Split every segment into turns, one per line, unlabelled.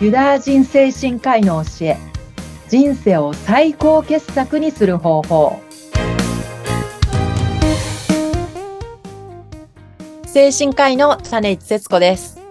ユダヤ人精神科医の教え人生を最高傑作にする方法
精神科医の種市節子です。よ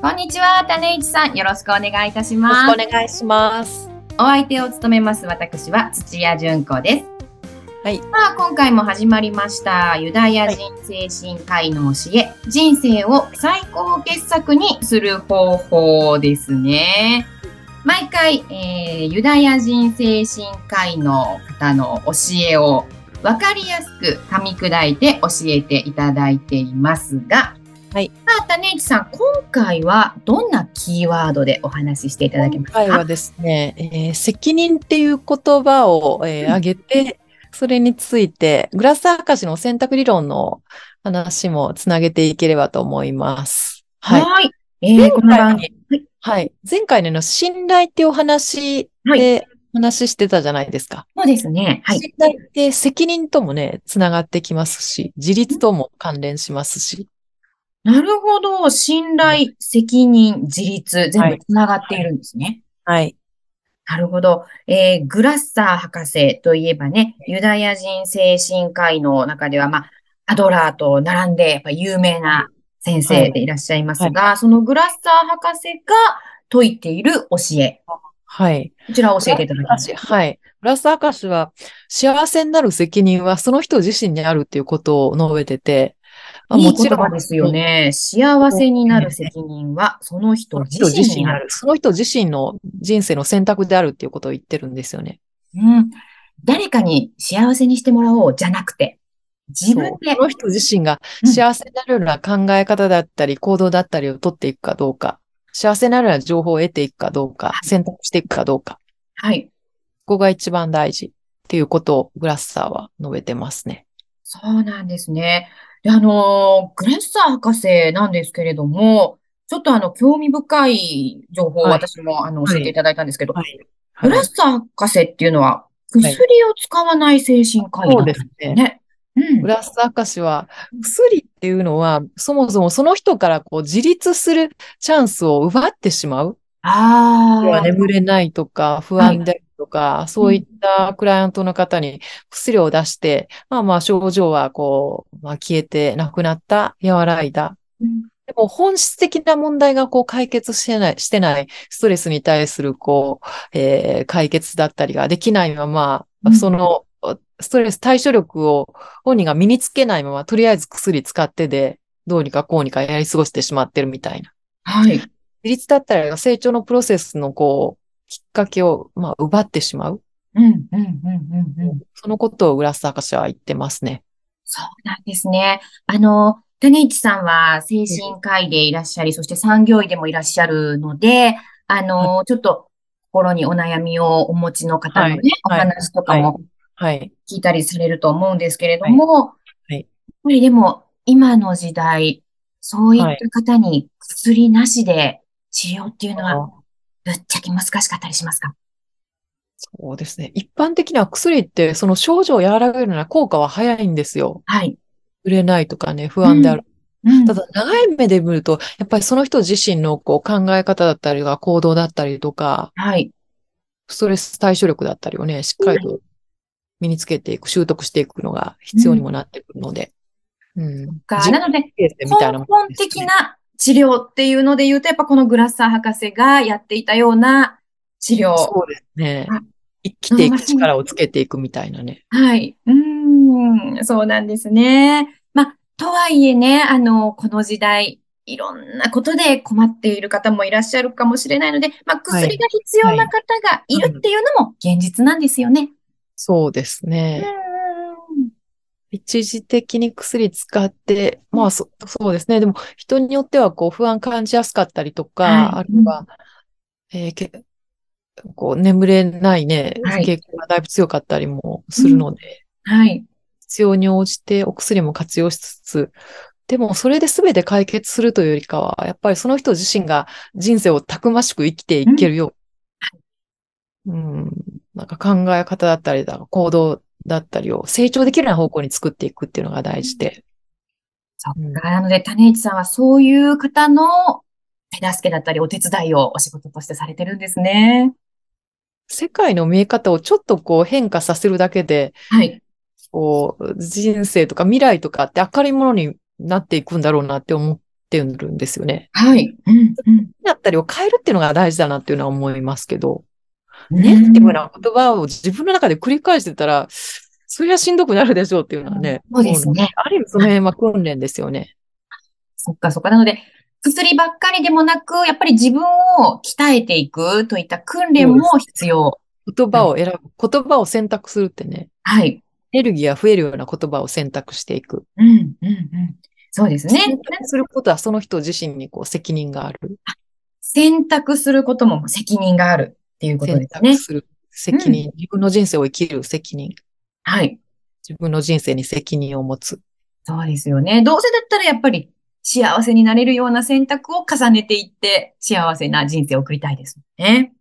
こんにちは、種市さん。よろしくお願いいたし
ろ
ます。
しくお願いします。
お相手を務めます、私は土屋純子です。
はい
さあ、今回も始まりました。ユダヤ人精神科医の教え、人生を最高傑作にする方法ですね。毎回、えーユダヤ人精神科医の方の教えを分かりやすく噛み砕いて教えていただいていますが、
はい、
さあ、種市さん、今回はどんなキーワードでお話ししていただけ
今
ますか
回はですね、えー責任っていう言葉を、えー挙げて、それについて、グラス博士の選択理論の話もつなげていければと思います。はい。
はい。えー、この番組。
はいはい。前回のあの信頼っていうお話
は
で、話してたじゃないですか。
そうですね。はい。
信頼って責任ともね、つながってきますし、自立とも関連しますし、
なるほど。信頼、責任、自立、
は
全
い
部つながっているんですね。
はい。
なるほど。えー、グラッサー博士といえばね、ユダヤ人精神科医の中では、まあ、アドラーと並んで、やっぱ有名な先生でいらっしゃいますが、そのグラッサー博士が説いている教え、
はい。
こちらを教えていただきます。
はい。ブラス明石は、幸せになる責任はその人自身にあるっていうことを述べてて、まあ
いい
も
言
ちろ
葉
ん、
ですよね。幸せになる責任は、その人
その
自
人
身
自身
に
に
あ
あ
る。
る。その人自身の人生の選択であるっていうことを言ってるんですよね。
うん。誰かに幸せにしてもらおうじゃなくて、自
そう
分で
その人自身が
うん
幸せになるような考え方だったり、行動だったりを取っていくかどうか、幸せになるような情報を得ていくかどうか、選択していくかどうか、
はい。
ここが一番大事っていうことをグラッサーは述べてますね。
そうなんですね。で、あのーグレッサー博士なんですけれども、ちょっとあの、興味深い情報を
はい
私もあの、
はい
教えていただいたんですけど、
はい。
グレッサー博士っていうのは、薬を使わない精神科
そ
医
う
なん
で
ですす
ね。
ね。うん。
グラス明石は、薬っていうのは、そもそもその人からこう自立するチャンスを奪ってしまう。
ああ、
眠れないとか、不安であるとか、そういったクライアントの方に薬を出して、まあまあ症状はこう、まあ、消えてなくなった、和らいだ。
うん
でも本質的な問題がこう解決してない、してない、ストレスに対するこう、えー解決だったりができないまま、
うん
その、ストレス対処力を本人が身につけないまま、とりあえず薬使ってで、どうにかこうにかやり過ごしてしまってるみたいな。
はい。
自立だったりが成長のプロセスのこう、きっかけを、まあ、奪ってしまう。
うん、うん、うん、うん、うん。
そのことを浦沢博士は言ってますね。
そうなんですね。あの、種市さんは精神科医でいらっしゃり、そして産業医でもいらっしゃるので、あの、ちょっと心にお悩みをお持ちの方のね、お
はい
話とかも
はい。
聞いたりされると思うんですけれども、
いはい
やっぱりでも今の時代、そういった方に薬なしで治療っていうのはぶっちゃけ難しかったりしますか
そうですね。一般的には薬って、その症状を和らげるような効果は早いんですよ。
はい。
売れないとかね、不安である。
うん
ただ、長い目で見ると、やっぱりその人自身のこう考え方だったりが、行動だったりとか、
はい。
ストレス対処力だったりをね、しっかりと身につけていく、習得していくのが必要にもなってくるので。うん。
か
自己
なので、
形成みたいなも
根
の
本
ですね
的な治療っていうので言うと、やっぱこのグラッサー博士がやっていたような治療。
そうですね
あ。
生きていく力をつけていくみたいなね。
はい。うーん、そうなんですね。まあ、とはいえね、あの、この時代、いろんなことで困っている方もいらっしゃるかもしれないので、まあ、
はい
薬が必要な方がいるっていうのも現実なんですよね。
そうですね。一時的に薬使って、まあそ、そうですね。でも人によってはこう不安感じやすかったりとか、
はい
あるいは、えーけ、こう眠れないね、
はい
傾向がだいぶ強かったりもするので、
はい。
必要に応じてお薬も活用しつつ、でもそれで全て解決するというよりかは、やっぱりその人自身が人生をたくましく生きていけるよう、うん、なんか考え方だったりだ、行動だったりを成長できるような方向に作っていくっていうのが大事で。
そっ
うん
か。なので、種市さんはそういう方の手助けだったりお手伝いをお仕事としてされてるんですね。
世界の見え方をちょっとこう変化させるだけで、
はい。
こう、人生とか未来とかって明るいものになっていくんだろうなって思ってるんですよね。
はい。うん、うん。
だったりを変えるっていうのが大事だなっていうのは思いますけど、ネ
ね
ガティブな言葉を自分の中で繰り返してたら、そりゃしんどくなるでしょうっていうのはね。
そうですね。
ある意味その辺は訓練ですよね。
そっかそっか。なので、薬ばっかりでもなく、やっぱり自分を鍛えていくといった訓練も必要。
言葉を選ぶ、言葉を選択するってね、
はい。
エネルギーが増えるような言葉を選択していく。
うん、うん、うん。そうですね。
選択することはその人自身にこう責任がある。
選択することも責任があるっていうこと
選
ですね
択。する責任、自分の人生を生きる責任、
はい。
自分の人生に責任を持つ。
そうですよね。どうせだったらやっぱり幸せになれるような選択を重ねていって幸せな人生を送りたいですもんね。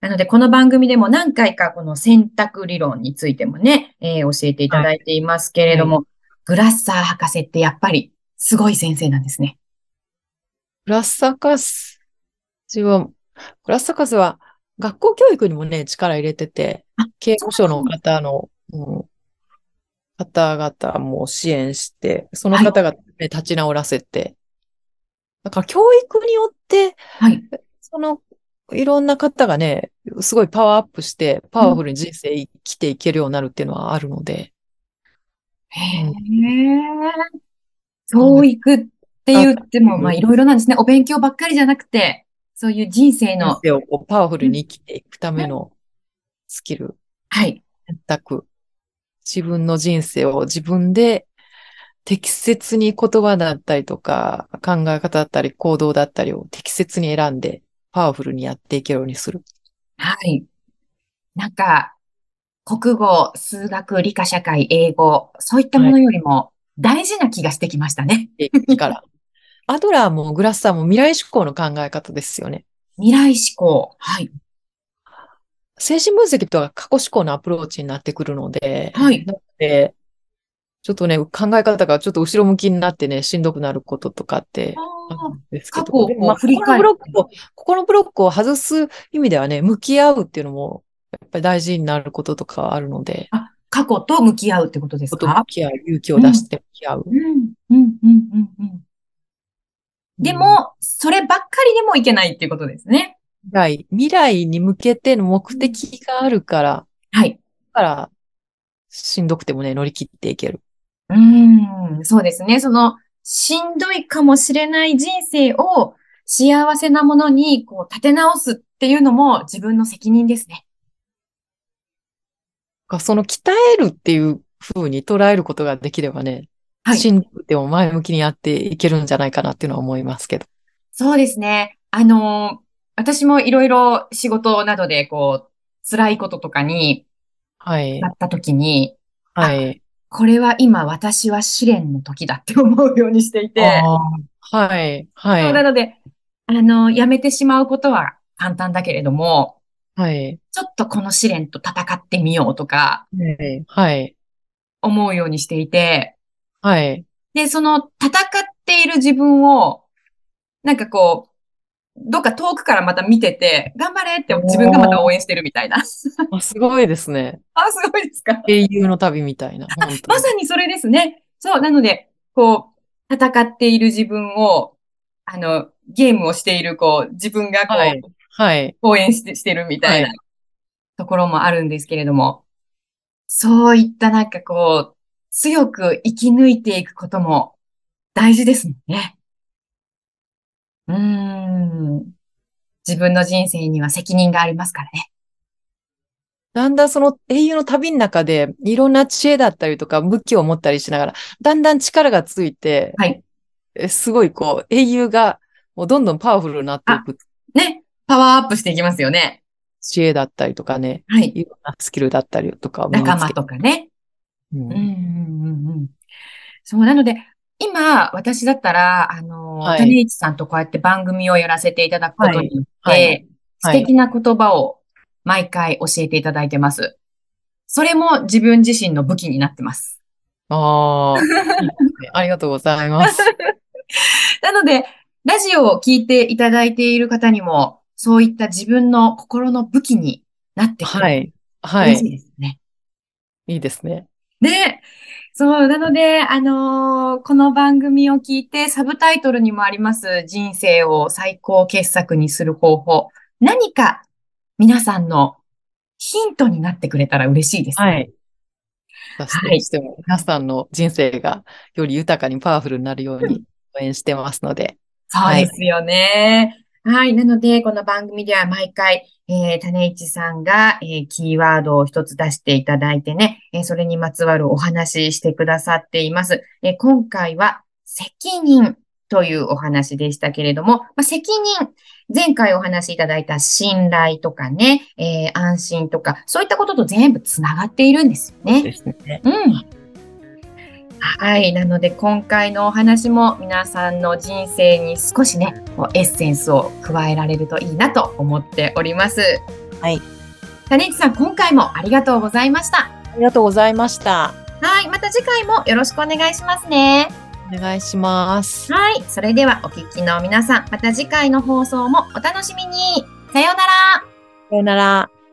なので、この番組でも何回かこの選択理論についてもね、えー教えていただいていますけれども、グラッサー博士ってやっぱりすごい先生なんですね。
グラッサカスは、グラッサカスは学校教育にもね、力入れてて
あ、
経産省の方の、うん方々も支援して、その方々ね、立ち直らせて、だから教育によって、
はい。
その、いろんな方がね、すごいパワーアップして、パワフルに人生生きていけるようになるっていうのはあるので、
へえ。教育って言っても、まあいろいろなんですね。お勉強ばっかりじゃなくて、そういう人生
人
の、
生をこうパワフルに生きていくためのスキル、
はい。
選択。自分の人生を自分で適切に言葉だったりとか、考え方だったり、行動だったりを適切に選んで、パワフルにやっていけるようにする。
はい。なんか、国語、数学、理科、社会、英語、そういったものよりも大事な気がしてきましたね。
から。 アドラーもグラッサーも未来志向の考え方ですよね。
未来志向。はい。
精神分析とは過去思考のアプローチになってくるので、
はい
なので、ちょっとね、考え方がちょっと後ろ向きになってね、しんどくなることとかってあるんですけど
過去をこう
まあ
振り返る
ここのブロックを、ここのブロックを外す意味ではね、向き合うっていうのも、やっぱり大事になることとかはあるので、
過去と向き合うってことです
こと
か
向き合う、勇気を出して向き合う。
うん、うん、うん、うん、うん。でも、そればっかりでもいけないっていうことですね。
うん、未来、未来に向けての目的があるから、
はい。
だから、しんどくてもね、乗り切っていける。
うーん、そうですね。その、しんどいかもしれない人生を幸せなものにこう立て直すっていうのも自分の責任ですね。
かその鍛えるっていう風に捉えることができればね、
はい
しんどくても前向きにやっていけるんじゃないかなっていうのは思いますけど。
そうですね。あのー、私もいろいろ仕事などでこう、辛いこととかに
はい
な。った時に、
はい。
これは今私は試練の時だって思うようにしていて、
あーはい。
そうな
はい。
ので、あのー、やめてしまうことは簡単だけれども、
はい。
ちょっとこの試練と戦ってみようとか
はい。はい。
思うようにしていて、
はい。
で、その戦っている自分を、なんかこう、どっか遠くからまた見てて、頑張れって自分がまた応援してるみたいな。あ、す
あすごいです ね。
ごいですか。
英雄の旅みたいな。本当
ま
に
さにそれですね。そう、なので、こう、戦っている自分を、あの、ゲームをしている、こう、自分がこう、
はいはい。
応援して、してるみたいな
は
ところもあるんですけれども、そういったなんかこう、強く生き抜いていくことも大事ですもんね。うーん。自分の人生には責任がありますからね。
だんだんその英雄の旅の中で、いろんな知恵だったりとか武器を持ったりしながら、だんだん力がついて、
はい
えすごいこう、英雄がもうどんどんパワフルになっていく
ね。パワーアップしていきますよね。
知恵だったりとかね、
はい。
いろんなスキルだったりとかを身につけ
仲間とかね。
うん
うんうんうんうん。そう、なので、今、私だったら、あの、
はい
種市さんとこうやって番組をやらせていただくことによって、
はい
素敵な言葉を毎回教えていただいてます。それも自分自身の武器になってます。
ああ、いいですねありがとうございます。
なので、ラジオを聞いていただいている方にも、そういった自分の心の武器になってくる。
は。い。は
嬉し
い。
いですね。
いいですね。
で、そう、なので、あのーこの番組を聞いて、サブタイトルにもあります、人生を最高傑作にする方法。何か皆さんのヒントになってくれたら嬉しいですね。
はい。私としても、皆さんの人生がより豊かにパワフルになるように応援してますので。
そうですよね。はい。なので、この番組では毎回、えー、種市さんが、えーキーワードを一つ出していただいてね、えーそれにまつわるお話ししてくださっています。えー今回は、責任というお話でしたけれども、まあ、責任、前回お話しいただいた信頼とかね、えー安心とか、そういったことと全部つながっているんですよね。
ですね。
うん。はい。なので、今回のお話も皆さんの人生に少しね、こうエッセンスを加えられるといいなと思っております。
はい。
種市さん、今回もありがとうございました。
ありがとうございました。
はい。また次回もよろしくお願いしますね。
お願いします。
はい。それでは、お聞きの皆さん、また次回の放送もお楽しみに。さようなら。
さようなら。